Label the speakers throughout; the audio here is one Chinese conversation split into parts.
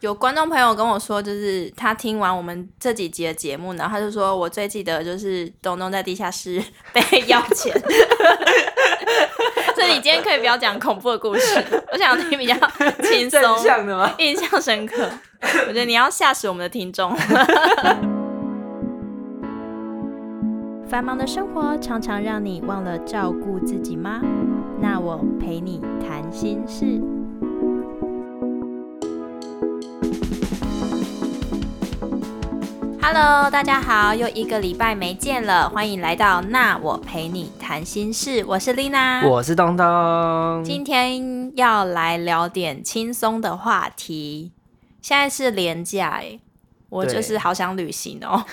Speaker 1: 有观众朋友跟我说，就是他听完我们这几集的节目，然后他就说我最记得就是东东在地下室 被要钱。所以你今天可以不要讲恐怖的故事，我想听比较轻 松、
Speaker 2: 正向的吗？
Speaker 1: 印象深刻。我觉得你要吓死我们的听众。繁忙的生活常常让你忘了照顾自己吗？那我陪你谈心事。Hello，大家好，又一个礼拜没见了，欢迎来到那我陪你谈心事，我是丽娜，
Speaker 2: 我是东东，
Speaker 1: 今天要来聊点轻松的话题。现在是廉假哎，我
Speaker 2: 对
Speaker 1: 就是好想旅行 哦。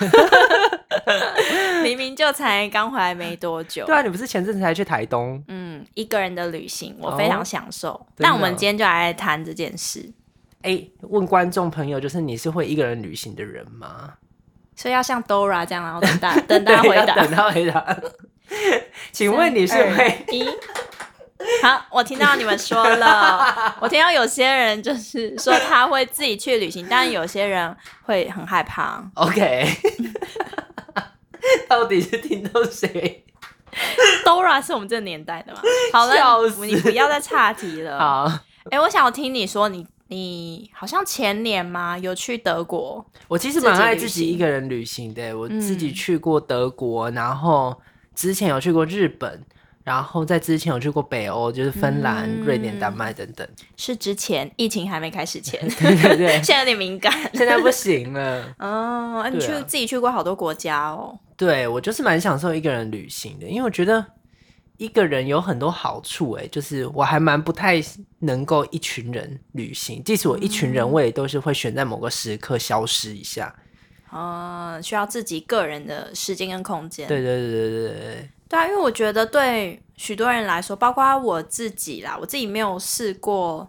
Speaker 1: 明明就才刚回来没多久
Speaker 2: 对，啊，你不是前阵子才去台东？
Speaker 1: 嗯，一个人的旅行我
Speaker 2: 哦
Speaker 1: 非常享受。
Speaker 2: 真的
Speaker 1: 那
Speaker 2: 哦
Speaker 1: 我们今天就来谈这件事，
Speaker 2: 哎、问观众朋友，就是你是会一个人旅行的人吗？
Speaker 1: 所以要像 Dora 这样，然后等 大等大家回
Speaker 2: 对要
Speaker 1: 答。
Speaker 2: 等他回 答。请问你是会？
Speaker 1: 一。好，我听到你们说了，我听到有些人就是说他会自己去旅行，但有些人会很害怕。
Speaker 2: OK，到底是听到谁？
Speaker 1: Dora 是我们这个年代 的嘛？好
Speaker 2: 笑
Speaker 1: 了，
Speaker 2: 死
Speaker 1: 你你不要再岔题了。
Speaker 2: 好，
Speaker 1: 哎、我想要听你说你，你好像前年嘛有去德国，
Speaker 2: 我其实
Speaker 1: 自己
Speaker 2: 蛮爱
Speaker 1: 旅
Speaker 2: 自己
Speaker 1: 行
Speaker 2: 一个人旅行的。我自己
Speaker 1: 嗯
Speaker 2: 去过德国，然后之前有去过日本，然后在之前有去过北欧，就是芬兰、瑞典、丹麦等等。
Speaker 1: 是之前疫情还没开始前，
Speaker 2: 对对对，
Speaker 1: 现在有点敏 感。
Speaker 2: 现在不行了。
Speaker 1: 哦，啊你去、
Speaker 2: 对啊
Speaker 1: 自己去过好多国家哦。
Speaker 2: 对我就是蛮享受一个人旅行的，因为我觉得一个人有很多好处、欸，就是我还蛮不太能够一群人旅行，即使我一群人，我也都是会选在某个时刻消失一下。
Speaker 1: 嗯，需要自己个人的时间跟空间。
Speaker 2: 对对对对对对
Speaker 1: 对啊，因为我觉得对许多人来说，包括我自己啦，我自己没有试过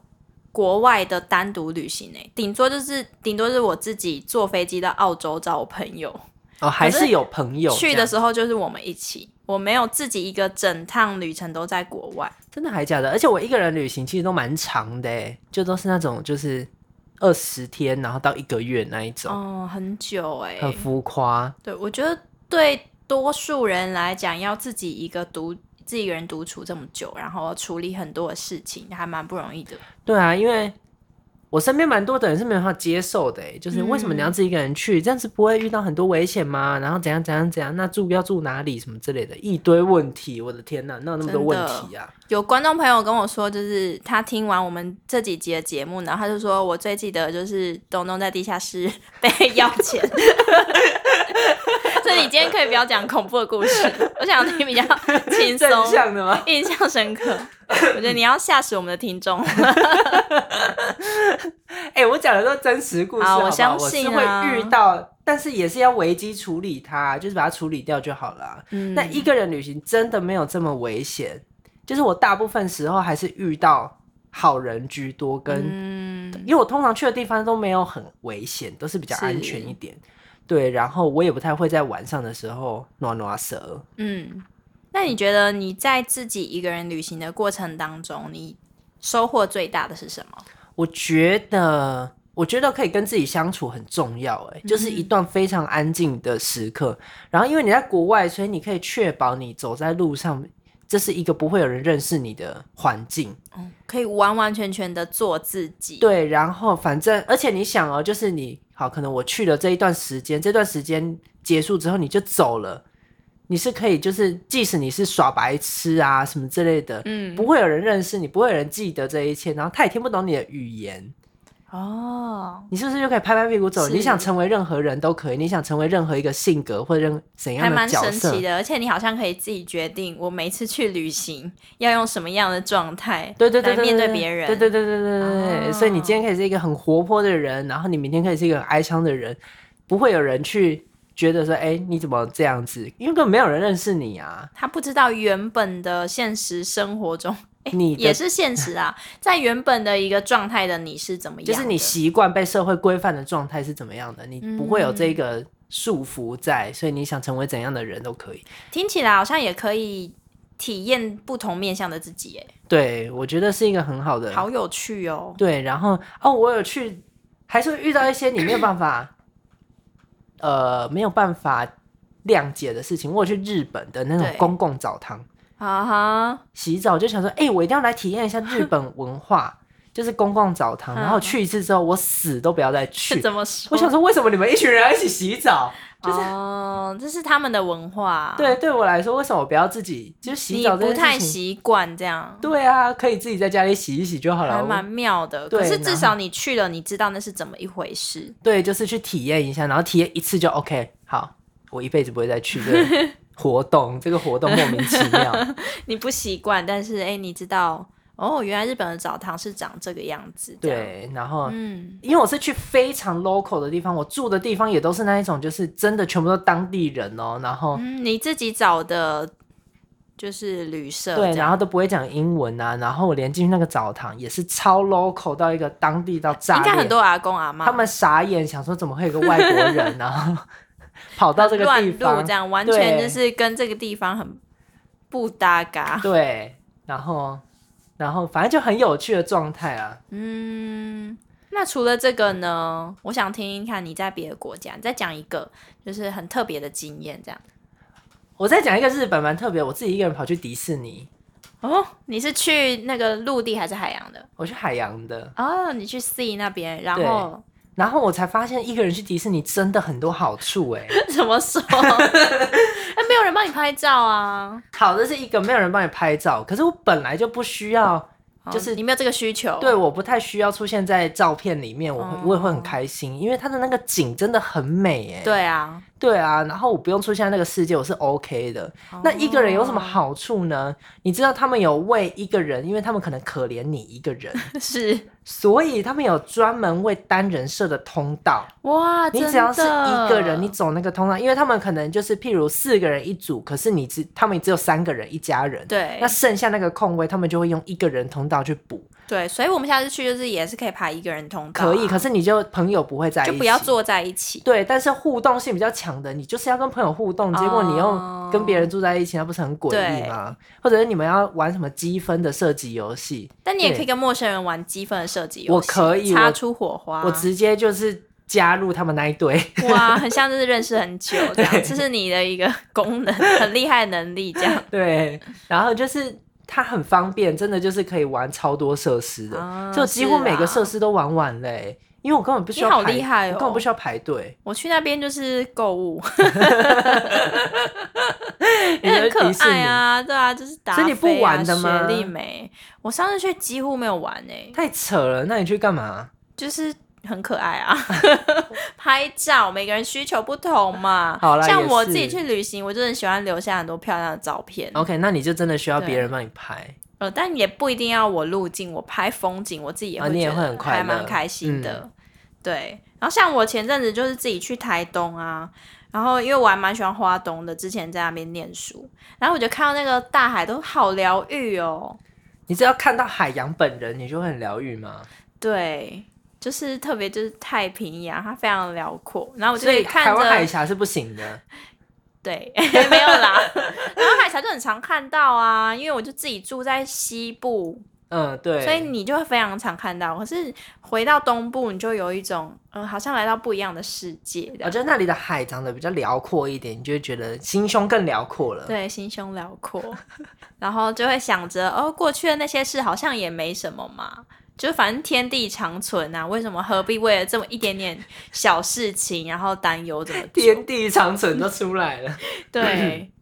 Speaker 1: 国外的单独旅行诶、顶多就是顶多是我自己坐飞机到澳洲找我朋友。
Speaker 2: 哦，还
Speaker 1: 是
Speaker 2: 是 有朋友
Speaker 1: 去
Speaker 2: 这
Speaker 1: 的
Speaker 2: 样
Speaker 1: 时候就是我们一起，我没有自己一个整趟旅程都在国外。
Speaker 2: 真的还假的？而且我一个人旅行其实都蛮长的、欸，就都是那种就是二十天，然后到一个月那一种，
Speaker 1: 哦，很久哎、
Speaker 2: 很浮夸。
Speaker 1: 对，我觉得对多数人来讲，要自己一个独自己一个人独处这么久，然后处理很多的事情，还蛮不容易的。
Speaker 2: 对啊，因为我身边蛮多的人是没有办法接受的欸、就是为什么你
Speaker 1: 嗯
Speaker 2: 要自己一个人去？这样子不会遇到很多危险吗？然后怎样怎样怎样？那住要住哪里什么之类的，一堆问题。我的天哪，哪有那么多问题啊？
Speaker 1: 有观众朋友跟我说，就是他听完我们这几集的节目，然后他就说，我最记得就是东东在地下室 被要钱。所以你今天可以不要讲恐怖的故事，我想听比较轻松、
Speaker 2: 正向的吗？
Speaker 1: 印象深刻。我觉得你要吓死我们的听 众。
Speaker 2: 哎、我讲的都是真实故事
Speaker 1: 好
Speaker 2: 好不好
Speaker 1: 我相信啊
Speaker 2: 我是会遇到，但是也是要危机处理它，就是把它处理掉就好了。啊
Speaker 1: 嗯
Speaker 2: 那一个人旅行真的没有这么危险，就是我大部分时候还是遇到好人居多，跟
Speaker 1: 嗯，
Speaker 2: 因为我通常去的地方都没有很危险，都是比较安全一点。对，然后我也不太会在晚上的时候挪挪蛇。
Speaker 1: 嗯，那你觉得你在自己一个人旅行的过程当中，你收获最大的是什么？
Speaker 2: 我觉得，我觉得可以跟自己相处很重要、欸，就是一段非常安静的时刻。然后因为你在国外，所以你可以确保你走在路上，这是一个不会有人认识你的环境。
Speaker 1: 嗯，可以完完全全的做自己。，
Speaker 2: 对，然后反正，而且你想哦，就是你好，可能我去了这一段时间，这段时间结束之后你就走了，你是可以就是，即使你是耍白痴啊什么之类的，
Speaker 1: 嗯，
Speaker 2: 不会有人认识你，不会有人记得这一切，然后他也听不懂你的语言，
Speaker 1: 哦，
Speaker 2: 你是不是就可以拍拍屁股走？你
Speaker 1: 是
Speaker 2: 想成为任何人都可以，你想成为任何一个性格或任怎
Speaker 1: 还
Speaker 2: 样的
Speaker 1: 蛮
Speaker 2: 角
Speaker 1: 神
Speaker 2: 色
Speaker 1: 奇？的，而且你好像可以自己决定，我每次去旅行要用什么样的状态，
Speaker 2: 对对对对，
Speaker 1: 面对别人，哦
Speaker 2: 对对对对对对对，所以你今天可以是一个很活泼的人，然后你明天可以是一个很哀伤的人，不会有人去觉得说，哎、你怎么这样子？因为根本没有人认识你啊，
Speaker 1: 他不知道原本的现实生活中
Speaker 2: 你
Speaker 1: 哎也
Speaker 2: 的
Speaker 1: 是现实啊，在原本的一个状态的你是怎么样
Speaker 2: 就
Speaker 1: 的？
Speaker 2: 是你习惯被社会规范的状态是怎么样的，你不会有
Speaker 1: 嗯
Speaker 2: 这个束缚在，所以你想成为怎样的人都可以。
Speaker 1: 听起来好像也可以体验不同面向的自己，哎，
Speaker 2: 对，我觉得是一个很好的，
Speaker 1: 好有趣哦。
Speaker 2: 对，然后哦，我有去还是会遇到一些你没有办法，呃，没有办法谅解的事情。我有去日本的那种
Speaker 1: 对
Speaker 2: 公共澡堂
Speaker 1: 啊哈，
Speaker 2: 洗澡，就想说，哎、我一定要来体验一下日本文化，就是公共澡堂。然后
Speaker 1: 嗯
Speaker 2: 去一次之后，我死都不要再
Speaker 1: 是
Speaker 2: 去。
Speaker 1: 怎么啊说？
Speaker 2: 我想说，为什么你们一群人要一起洗 澡？就是
Speaker 1: 哦，这是他们的文化，
Speaker 2: 对，对我来说，为什么我不要自己就是洗
Speaker 1: 你
Speaker 2: 澡
Speaker 1: 不
Speaker 2: 这件
Speaker 1: 太
Speaker 2: 事情？
Speaker 1: 习惯这样，
Speaker 2: 对啊，可以自己在家里洗一洗就好
Speaker 1: 还
Speaker 2: 了。
Speaker 1: 蛮妙的。
Speaker 2: 对
Speaker 1: 可是
Speaker 2: 然
Speaker 1: 至
Speaker 2: 后
Speaker 1: 少你去了，你知道那是怎么一回事。
Speaker 2: 对，就是去体验一下，然后体验一次就 OK。好，我一辈子不会再去这 个活动，这个活动莫名其妙。
Speaker 1: 你不习惯，但是哎、你知道哦，原来日本的澡堂是长这个样子。这样，
Speaker 2: 对，然后。
Speaker 1: 嗯，
Speaker 2: 因为我是去非常 local 的地方，我住的地方也都是那一种，就是真的全部都当地人哦，然后、
Speaker 1: 嗯，你自己找的就是旅社这
Speaker 2: 对，
Speaker 1: 样，
Speaker 2: 然后都不会讲英文啊，然后我连进去那个澡堂也是超 local 到一个当地到炸
Speaker 1: 应
Speaker 2: 裂，
Speaker 1: 该很多阿公阿妈
Speaker 2: 他们傻眼，想说怎么会有个外国人，然后 跑到这个
Speaker 1: 乱
Speaker 2: 地
Speaker 1: 入
Speaker 2: 方
Speaker 1: 这，样，完全
Speaker 2: 对
Speaker 1: 就是跟这个地方很不搭嘎。
Speaker 2: 对，然后然后反正就很有趣的状态啊，
Speaker 1: 嗯，那除了这个呢，我想听听看你在别的国家，你再讲一个就是很特别的经验这样。
Speaker 2: 我再讲一个日本蛮特别，我自己一个人跑去迪士尼，
Speaker 1: 哦，你是去那个陆地还是海洋的？
Speaker 2: 我去海洋的，
Speaker 1: 哦，你去 C 那边，然
Speaker 2: 对
Speaker 1: 后
Speaker 2: 然后我才发现一个人去迪士尼真的很多好处哎、
Speaker 1: 怎么说？哎、没有人帮你拍照啊，
Speaker 2: 好的是一个没有人帮你拍照，可是我本来就不需要，
Speaker 1: 哦
Speaker 2: 就是
Speaker 1: 你没有这个需求。
Speaker 2: 对，我不太需要出现在照片里面，我会
Speaker 1: 哦
Speaker 2: 我也会很开心，因为它的那个景真的很美哎、
Speaker 1: 对啊，
Speaker 2: 对啊，然后我不用出现在那个世界，我是 OK 的。
Speaker 1: 哦
Speaker 2: 那一个人有什么好处呢？你知道他们有为一个人，因为他们可能可怜你一个人，
Speaker 1: 是
Speaker 2: 所以他们有专门为单人设的通道。
Speaker 1: 哇，
Speaker 2: 你
Speaker 1: 啊真
Speaker 2: 只要是
Speaker 1: 的
Speaker 2: 一个人，你走那个通道，因为他们可能就是譬如四个人一组，可是你只他们只有三个人一家人，
Speaker 1: 对
Speaker 2: 那剩下那个空位，他们就会用一个人通道去补。
Speaker 1: 对，所以我们下次去就是也是可以排一个人通道啊、
Speaker 2: 可以，可是你就朋友不会在一起，
Speaker 1: 就不要坐在一起。
Speaker 2: 对，但是互动性比较强的，你就是要跟朋友互动，结果你
Speaker 1: 哦
Speaker 2: 又跟别人住在一起，那不是很诡异吗？或者是你们要玩什么积分的射击游戏，
Speaker 1: 但你也
Speaker 2: 对
Speaker 1: 可以跟陌生人玩积分的设计游戏，
Speaker 2: 我可以
Speaker 1: 擦
Speaker 2: 我
Speaker 1: 出火花。
Speaker 2: 我直接就是加入他们那一队。
Speaker 1: 哇，很像就是认识很久这 样，
Speaker 2: 对
Speaker 1: 这是你的一个功能，很厉害的能力这样。
Speaker 2: 对，然后就是它很方便，真的就是可以玩超多设施的，
Speaker 1: 啊
Speaker 2: 就几乎
Speaker 1: 是
Speaker 2: 每个
Speaker 1: 啊
Speaker 2: 设施都玩完嘞、因为我根本不需
Speaker 1: 你
Speaker 2: 要
Speaker 1: 好
Speaker 2: 排
Speaker 1: 厉害
Speaker 2: 我
Speaker 1: 哦
Speaker 2: 根本不需要排 队。
Speaker 1: 我去那边就是购物，
Speaker 2: 你
Speaker 1: 也很
Speaker 2: 在
Speaker 1: 可
Speaker 2: 迪士
Speaker 1: 爱
Speaker 2: 尼，
Speaker 1: 啊，对啊，就是打、啊。
Speaker 2: 所以你不玩的吗
Speaker 1: 雪莉梅，我上次去几乎没有玩诶、
Speaker 2: 太扯了！那你去干嘛？
Speaker 1: 就是很可爱啊， 拍照，每个人需求不同嘛。
Speaker 2: 好啦
Speaker 1: 像我
Speaker 2: 也是
Speaker 1: 自
Speaker 2: 哦
Speaker 1: 己去旅行，我就很喜欢留下很多漂亮的照片。
Speaker 2: OK，那你就真的需要
Speaker 1: 嗯对
Speaker 2: 别人帮你拍。
Speaker 1: 呃，但也不一定要我入境，我拍风景，我自己也
Speaker 2: 啊
Speaker 1: 会
Speaker 2: 你也
Speaker 1: 觉得
Speaker 2: 会很快
Speaker 1: 还蛮
Speaker 2: 乐嗯
Speaker 1: 开心的。对，然后像我前阵子就是自己去台东啊，然后因为我还蛮喜欢花东的，之前在那边念书，然后我就看到那个大海都好疗愈哦。
Speaker 2: 你只要看到海洋本人，你就会很疗愈吗？
Speaker 1: 对，就是特别就是太平洋，它非常辽阔，然后我就
Speaker 2: 所
Speaker 1: 可以
Speaker 2: 以
Speaker 1: 看
Speaker 2: 台湾海
Speaker 1: 着，
Speaker 2: 峡是不行的。
Speaker 1: 对， 没有啦。然后海峡就很常看到啊，因为我就自己住在西部，
Speaker 2: 嗯，对。
Speaker 1: 所以你就会非常常看到。可是回到东部，你就有一种，嗯、好像来到不一样的世界这
Speaker 2: 我
Speaker 1: 样
Speaker 2: 觉得那里的海长得比较辽阔一点，你就会觉得心胸更辽阔了。
Speaker 1: 对，心胸辽阔， 然后就会想着，哦，过去的那些事好像也没什么嘛，就反正天地长存啊，为什么何必为了这么一点点小事情，然后担忧 这么久？
Speaker 2: 天地长存都出来 了。
Speaker 1: 对，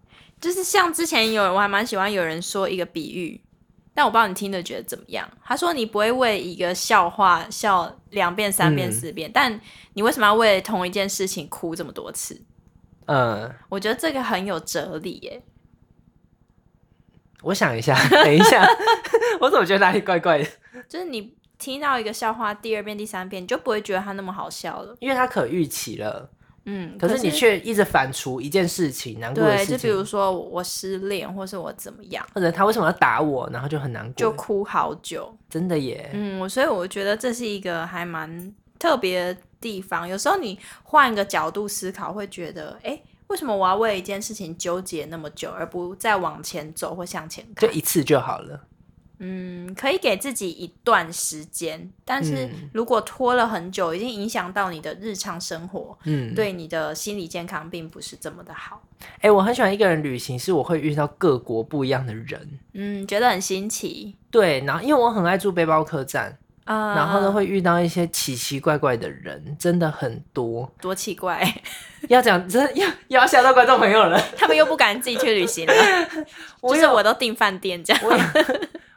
Speaker 1: 就是像之前有人，我还蛮喜欢有人说一个比喻，但我不知道你听了觉得怎么样。他说你不会为一个笑话笑两遍、三遍、
Speaker 2: 嗯
Speaker 1: 四遍，但你为什么要为同一件事情哭这么多次？
Speaker 2: 嗯，
Speaker 1: 我觉得这个很有哲理耶。
Speaker 2: 我想一下， 等一下，我怎么觉得哪里怪怪的？
Speaker 1: 就是你听到一个笑话第二遍、第三遍，你就不会觉得它那么好笑了。
Speaker 2: 因为它可预期了，
Speaker 1: 嗯，
Speaker 2: 可
Speaker 1: 可
Speaker 2: 是你却一直反刍一件事情，难过的
Speaker 1: 对，
Speaker 2: 事
Speaker 1: 就比如
Speaker 2: 情，
Speaker 1: 说我我失恋，或是我怎么样，
Speaker 2: 或者他为什么要打我，然后就很难
Speaker 1: 就
Speaker 2: 过。
Speaker 1: 哭好久。
Speaker 2: 真的耶，
Speaker 1: 嗯，我所以我觉得这是一个还蛮特别的地方。有时候你换个角度思考，会觉得，哎，为什么我要为一件事情纠结那么久，而不再往前走或向前
Speaker 2: 就
Speaker 1: 看？
Speaker 2: 一次就好了。
Speaker 1: 嗯，可以给自己一段时间，但是
Speaker 2: 嗯
Speaker 1: 如果拖了很久，已经影响到你的日常生活，
Speaker 2: 嗯，
Speaker 1: 对你的心理健康并不是这么的好。
Speaker 2: 哎、我很喜欢一个人旅行，是我会遇到各国不一样的人。
Speaker 1: 嗯，觉得很新奇。
Speaker 2: 对，然后因为我很爱住背包客栈，
Speaker 1: 呃，
Speaker 2: 然后呢会遇到一些奇奇怪怪的人，真的很多。
Speaker 1: 多奇怪，
Speaker 2: 要讲真的要又要吓到观众朋友了，
Speaker 1: 他们又不敢自己去旅行了，
Speaker 2: 我
Speaker 1: 就是
Speaker 2: 有
Speaker 1: 我都订饭店这样。
Speaker 2: 我有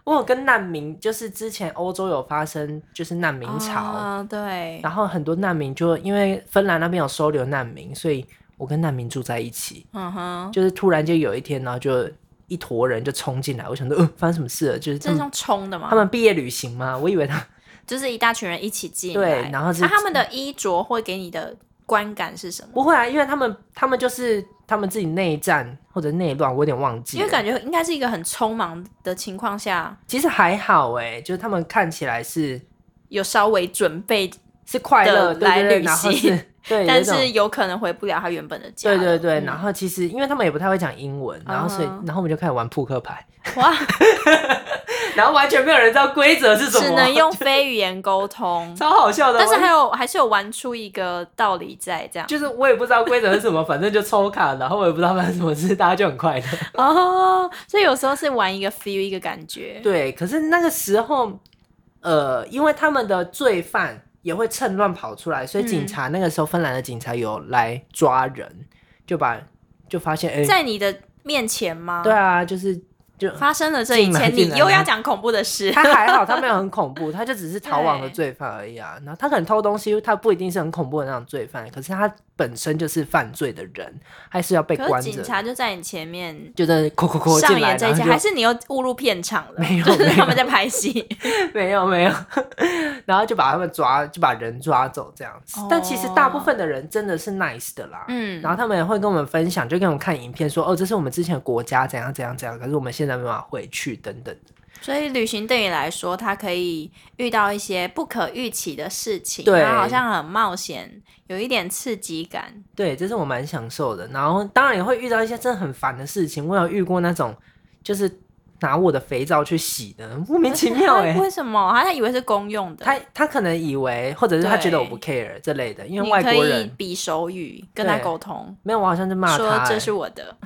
Speaker 2: 我有跟难民，就是之前欧洲有发生就是难民潮，
Speaker 1: 啊对，
Speaker 2: 然后很多难民就因为芬兰那边有收留难民，所以我跟难民住在一起。
Speaker 1: 嗯哼，
Speaker 2: 就是突然间有一天，然后就一坨人就冲进来，我想说，呃，发生什么事了？就是
Speaker 1: 这
Speaker 2: 他
Speaker 1: 是
Speaker 2: 们
Speaker 1: 用冲的吗
Speaker 2: 他？们毕业旅行嘛，我以为他
Speaker 1: 就是一大群人一起进
Speaker 2: 对
Speaker 1: 来
Speaker 2: 然后是
Speaker 1: 啊他们的衣着会给你的观感是什么？
Speaker 2: 不会啊，因为他们他们就是他们自己内战或者内乱，我有点忘记
Speaker 1: 因
Speaker 2: 了。
Speaker 1: 为感觉应该是一个很匆忙的情况下，
Speaker 2: 其实还好哎、就是他们看起来是
Speaker 1: 有稍微准备，
Speaker 2: 是快乐，
Speaker 1: 的
Speaker 2: 对对
Speaker 1: 来
Speaker 2: 对，
Speaker 1: 旅
Speaker 2: 然后
Speaker 1: 行
Speaker 2: 是，对，有 一
Speaker 1: 但
Speaker 2: 种
Speaker 1: 是有可能回不了他原本的家
Speaker 2: 对
Speaker 1: 了。
Speaker 2: 对对，然后其实因为他们也不太会讲英文，然后所以
Speaker 1: 嗯哼
Speaker 2: 然后我们就开始玩扑克牌，
Speaker 1: 哇，
Speaker 2: 然后完全没有人知道规则是什么，，
Speaker 1: 只能用非语言沟通
Speaker 2: 超好笑的。
Speaker 1: 但是
Speaker 2: 我
Speaker 1: 还有还是有玩出一个道理在这样。
Speaker 2: 就是我也不知道规则是什 么，反正就抽卡，然后我也不知道发生什么事，大家就很快乐。
Speaker 1: 哦，所以有时候是玩一个 feel 一个感觉。
Speaker 2: 对，可是那个时候，呃，因为他们的罪犯也会趁乱跑出来，所以警察、那个时候芬兰的警察有来抓人，就把就发现哎、
Speaker 1: 在你的面前吗？
Speaker 2: 对啊，就是就
Speaker 1: 发生了这一
Speaker 2: 进来
Speaker 1: 切，你
Speaker 2: 进来
Speaker 1: 又要
Speaker 2: 吗
Speaker 1: 讲恐怖的事。
Speaker 2: 他还好，他没有很恐怖，他就只是逃亡的
Speaker 1: 对
Speaker 2: 罪犯而 已啊。然后他可能偷东西，他不一定是很恐怖的那种罪犯，可是他本身就是犯罪的人，还是要被
Speaker 1: 可
Speaker 2: 关
Speaker 1: 是警
Speaker 2: 着。
Speaker 1: 察就在你前面
Speaker 2: 就在扣扣扣
Speaker 1: 上
Speaker 2: 进来，
Speaker 1: 演这一
Speaker 2: 然
Speaker 1: 切，还
Speaker 2: 后就是
Speaker 1: 你又误入片场了？
Speaker 2: 没有
Speaker 1: 就是
Speaker 2: 没有
Speaker 1: 他们在拍 戏。
Speaker 2: 没有没有，然后就把他们抓，就把人抓走这样子。但其实大部分的人真的是 nice 的啦，
Speaker 1: 哦嗯
Speaker 2: 然后他们也会跟我们分享，就跟我们看影片说，哦，这是我们之前的国家怎样怎样怎样，可是我们现在没办法回去等等。
Speaker 1: 所以旅行对你来说，它可以遇到一些不可预期的事情，
Speaker 2: 对
Speaker 1: 它好像很冒险，有一点刺激感。
Speaker 2: 对，这是我蛮享受的。然后当然也会遇到一些真的很烦的事情，我有遇过那种就是拿我的肥皂去洗的，莫名 其妙哎、
Speaker 1: 它为什么？他以为是公用的，
Speaker 2: 他他可能以为，或者是他觉得我不 care 这类的，因为外
Speaker 1: 你可
Speaker 2: 国
Speaker 1: 以
Speaker 2: 人
Speaker 1: 比手语跟他
Speaker 2: 对
Speaker 1: 沟通，
Speaker 2: 没有，我好像就骂
Speaker 1: 说
Speaker 2: 他、
Speaker 1: 这
Speaker 2: 欸，
Speaker 1: 是我的。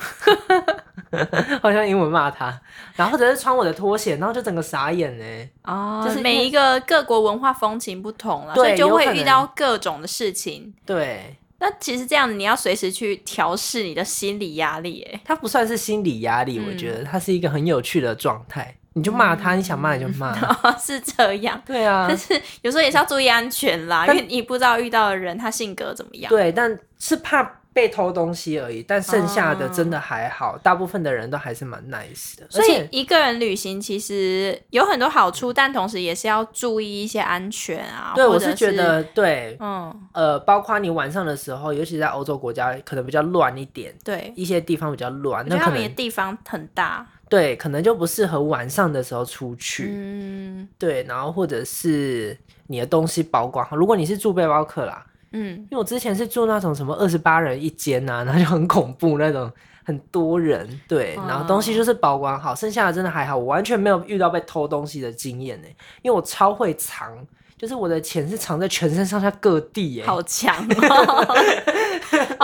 Speaker 2: 好像英文骂他，然后或者是穿我的拖鞋，然后就整个傻眼欸呢、
Speaker 1: 哦，
Speaker 2: 就是因为
Speaker 1: 每一个各国文化风情不同了，
Speaker 2: 对
Speaker 1: 所以就
Speaker 2: 有
Speaker 1: 会
Speaker 2: 可能
Speaker 1: 遇到各种的事情。
Speaker 2: 对，
Speaker 1: 那其实这样，你要随时去调试你的心理压力，哎，
Speaker 2: 他不算是心理压力，我
Speaker 1: 嗯
Speaker 2: 觉得他是一个很有趣的状态。你就骂他，你想骂你就骂，
Speaker 1: 哦， 是这样。
Speaker 2: 对 啊
Speaker 1: 但，是有时候也是要注意安全啦，因
Speaker 2: 但
Speaker 1: 为你不知道遇到的人他性格怎么样。
Speaker 2: 对，但是怕被偷东西而已。但剩下的真的还好，大部分的人都还是蛮 nice 的。
Speaker 1: 哦所
Speaker 2: 而
Speaker 1: 以
Speaker 2: 且
Speaker 1: 一个人旅行其实有很多好处，但同时也是要注意一些安全啊。
Speaker 2: 对
Speaker 1: 或
Speaker 2: 我
Speaker 1: 者是
Speaker 2: 是觉，得对，
Speaker 1: 嗯，
Speaker 2: 呃，包括你晚上的时候，尤其在欧洲国家，可能比较乱一点，
Speaker 1: 对，
Speaker 2: 一些地方比较乱，
Speaker 1: 我觉
Speaker 2: 那
Speaker 1: 得他
Speaker 2: 可
Speaker 1: 们的
Speaker 2: 能
Speaker 1: 地方很大，
Speaker 2: 对，可能就不适合晚上的时候出去。
Speaker 1: 嗯
Speaker 2: 对，然后或者是你的东西保管好。如果你是住背包客啦，
Speaker 1: 嗯，
Speaker 2: 因为我之前是住那种什么二十八人一间啊，然后就很恐怖那种，很多人。对，然后东西就是保管好，剩下的真的还好，我完全没有遇到被偷东西的经验呢、欸因为我超会藏。就是我的钱是藏在全身上下各地欸耶、
Speaker 1: 好强 哦。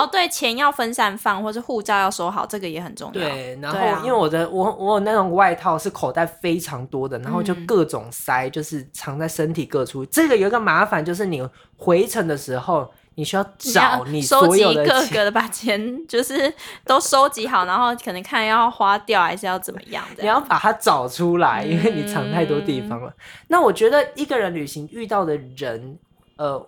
Speaker 1: 哦，对，钱要分散放，或是护照要收好，这个也很重要。
Speaker 2: 对，然后
Speaker 1: 对啊
Speaker 2: 因为我的我我有那种外套是口袋非常多的，然后就
Speaker 1: 嗯
Speaker 2: 各种塞，就是藏在身体各处。这个有一个麻烦就是你回程的时候，你需要
Speaker 1: 你
Speaker 2: 找
Speaker 1: 要
Speaker 2: 你
Speaker 1: 收
Speaker 2: 所
Speaker 1: 集
Speaker 2: 有的
Speaker 1: 各
Speaker 2: 钱，
Speaker 1: 个的，把钱就是都收集好，然后可能看要花掉还是要怎么样的。
Speaker 2: 你要把它找出来，因为你藏太多地方了。嗯那我觉得一个人旅行遇到的人，呃。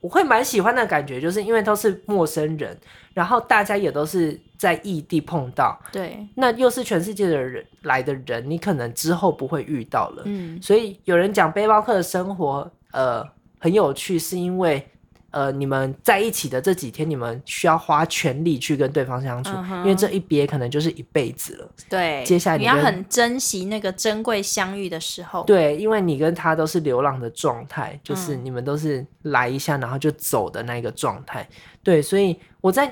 Speaker 2: 我会蛮喜欢的感觉，就是因为都是陌生人，然后大家也都是在异地碰到，
Speaker 1: 对，
Speaker 2: 那又是全世界的人来的人，你可能之后不会遇到了，
Speaker 1: 嗯，
Speaker 2: 所以有人讲背包客的生活，呃，很有趣，是因为呃，你们在一起的这几天，你们需要花全力去跟对方相处，
Speaker 1: 嗯哼
Speaker 2: 因为这一别可能就是一辈子了。
Speaker 1: 对。
Speaker 2: 接下来
Speaker 1: 你
Speaker 2: 你
Speaker 1: 要
Speaker 2: 跟
Speaker 1: 很珍惜那个珍贵相遇的时候。
Speaker 2: 对，因为你跟他都是流浪的状态，就是你们都是来一下然后就走的那一个状态。对，所以我在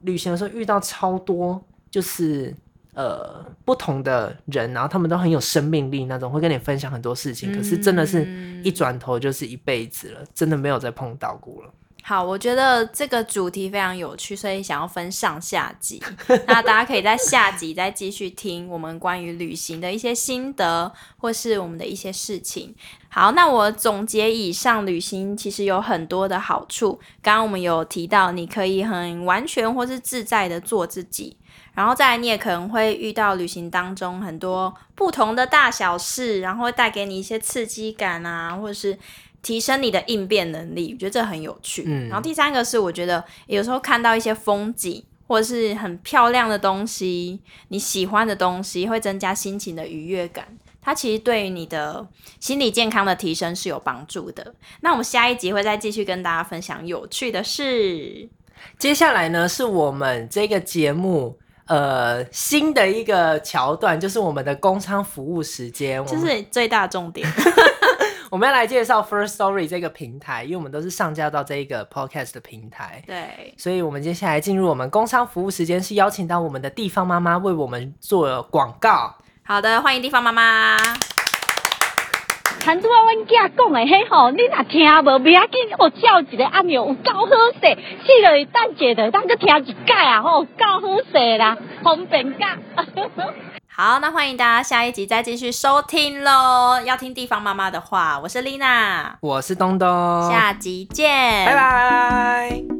Speaker 2: 旅行的时候遇到超多，就是呃不同的人，然后他们都很有生命力那种，会跟你分享很多事情。可是真的是一转头就是一辈子了，真的没有再碰到过了。
Speaker 1: 好，我觉得这个主题非常有趣，所以想要分上下集。那大家可以在下集再继续听我们关于旅行的一些心得，或是我们的一些事情。好，那我总结以上，旅行其实有很多的好处。刚刚我们有提到，你可以很完全或是自在的做自己，然后再来你也可能会遇到旅行当中很多不同的大小事，然后会带给你一些刺激感啊，或者是提升你的应变能力，我觉得这很有趣。
Speaker 2: 嗯
Speaker 1: 然后第三个是，我觉得有时候看到一些风景或者是很漂亮的东西，你喜欢的东西，会增加心情的愉悦感。它其实对于你的心理健康的提升是有帮助的。那我们下一集会再继续跟大家分享有趣的事。
Speaker 2: 接下来呢，是我们这个节目。呃，新的一个桥段就是我们的工商服务时间，我
Speaker 1: 这
Speaker 2: 们
Speaker 1: 是最大重点。
Speaker 2: 我们要来介绍 First Story 这个平台，因为我们都是上架到这一个 podcast 的平台，
Speaker 1: 对，
Speaker 2: 所以我们接下来进入我们工商服务时间，是邀请到我们的地方妈妈为我们做广告。
Speaker 1: 好的，欢迎地方妈妈。
Speaker 3: 摊主啊，阮囝讲的迄吼，你若听无，袂要紧，哦，照一个按钮有够好势，死落去等一下，咱去听一届啊，吼，够好势啦，方便甲。
Speaker 1: 好，那欢迎大家下一集再继续收听喽。要听地方妈妈的话，我是丽娜，
Speaker 2: 我是东东，
Speaker 1: 下集见，
Speaker 2: 拜拜。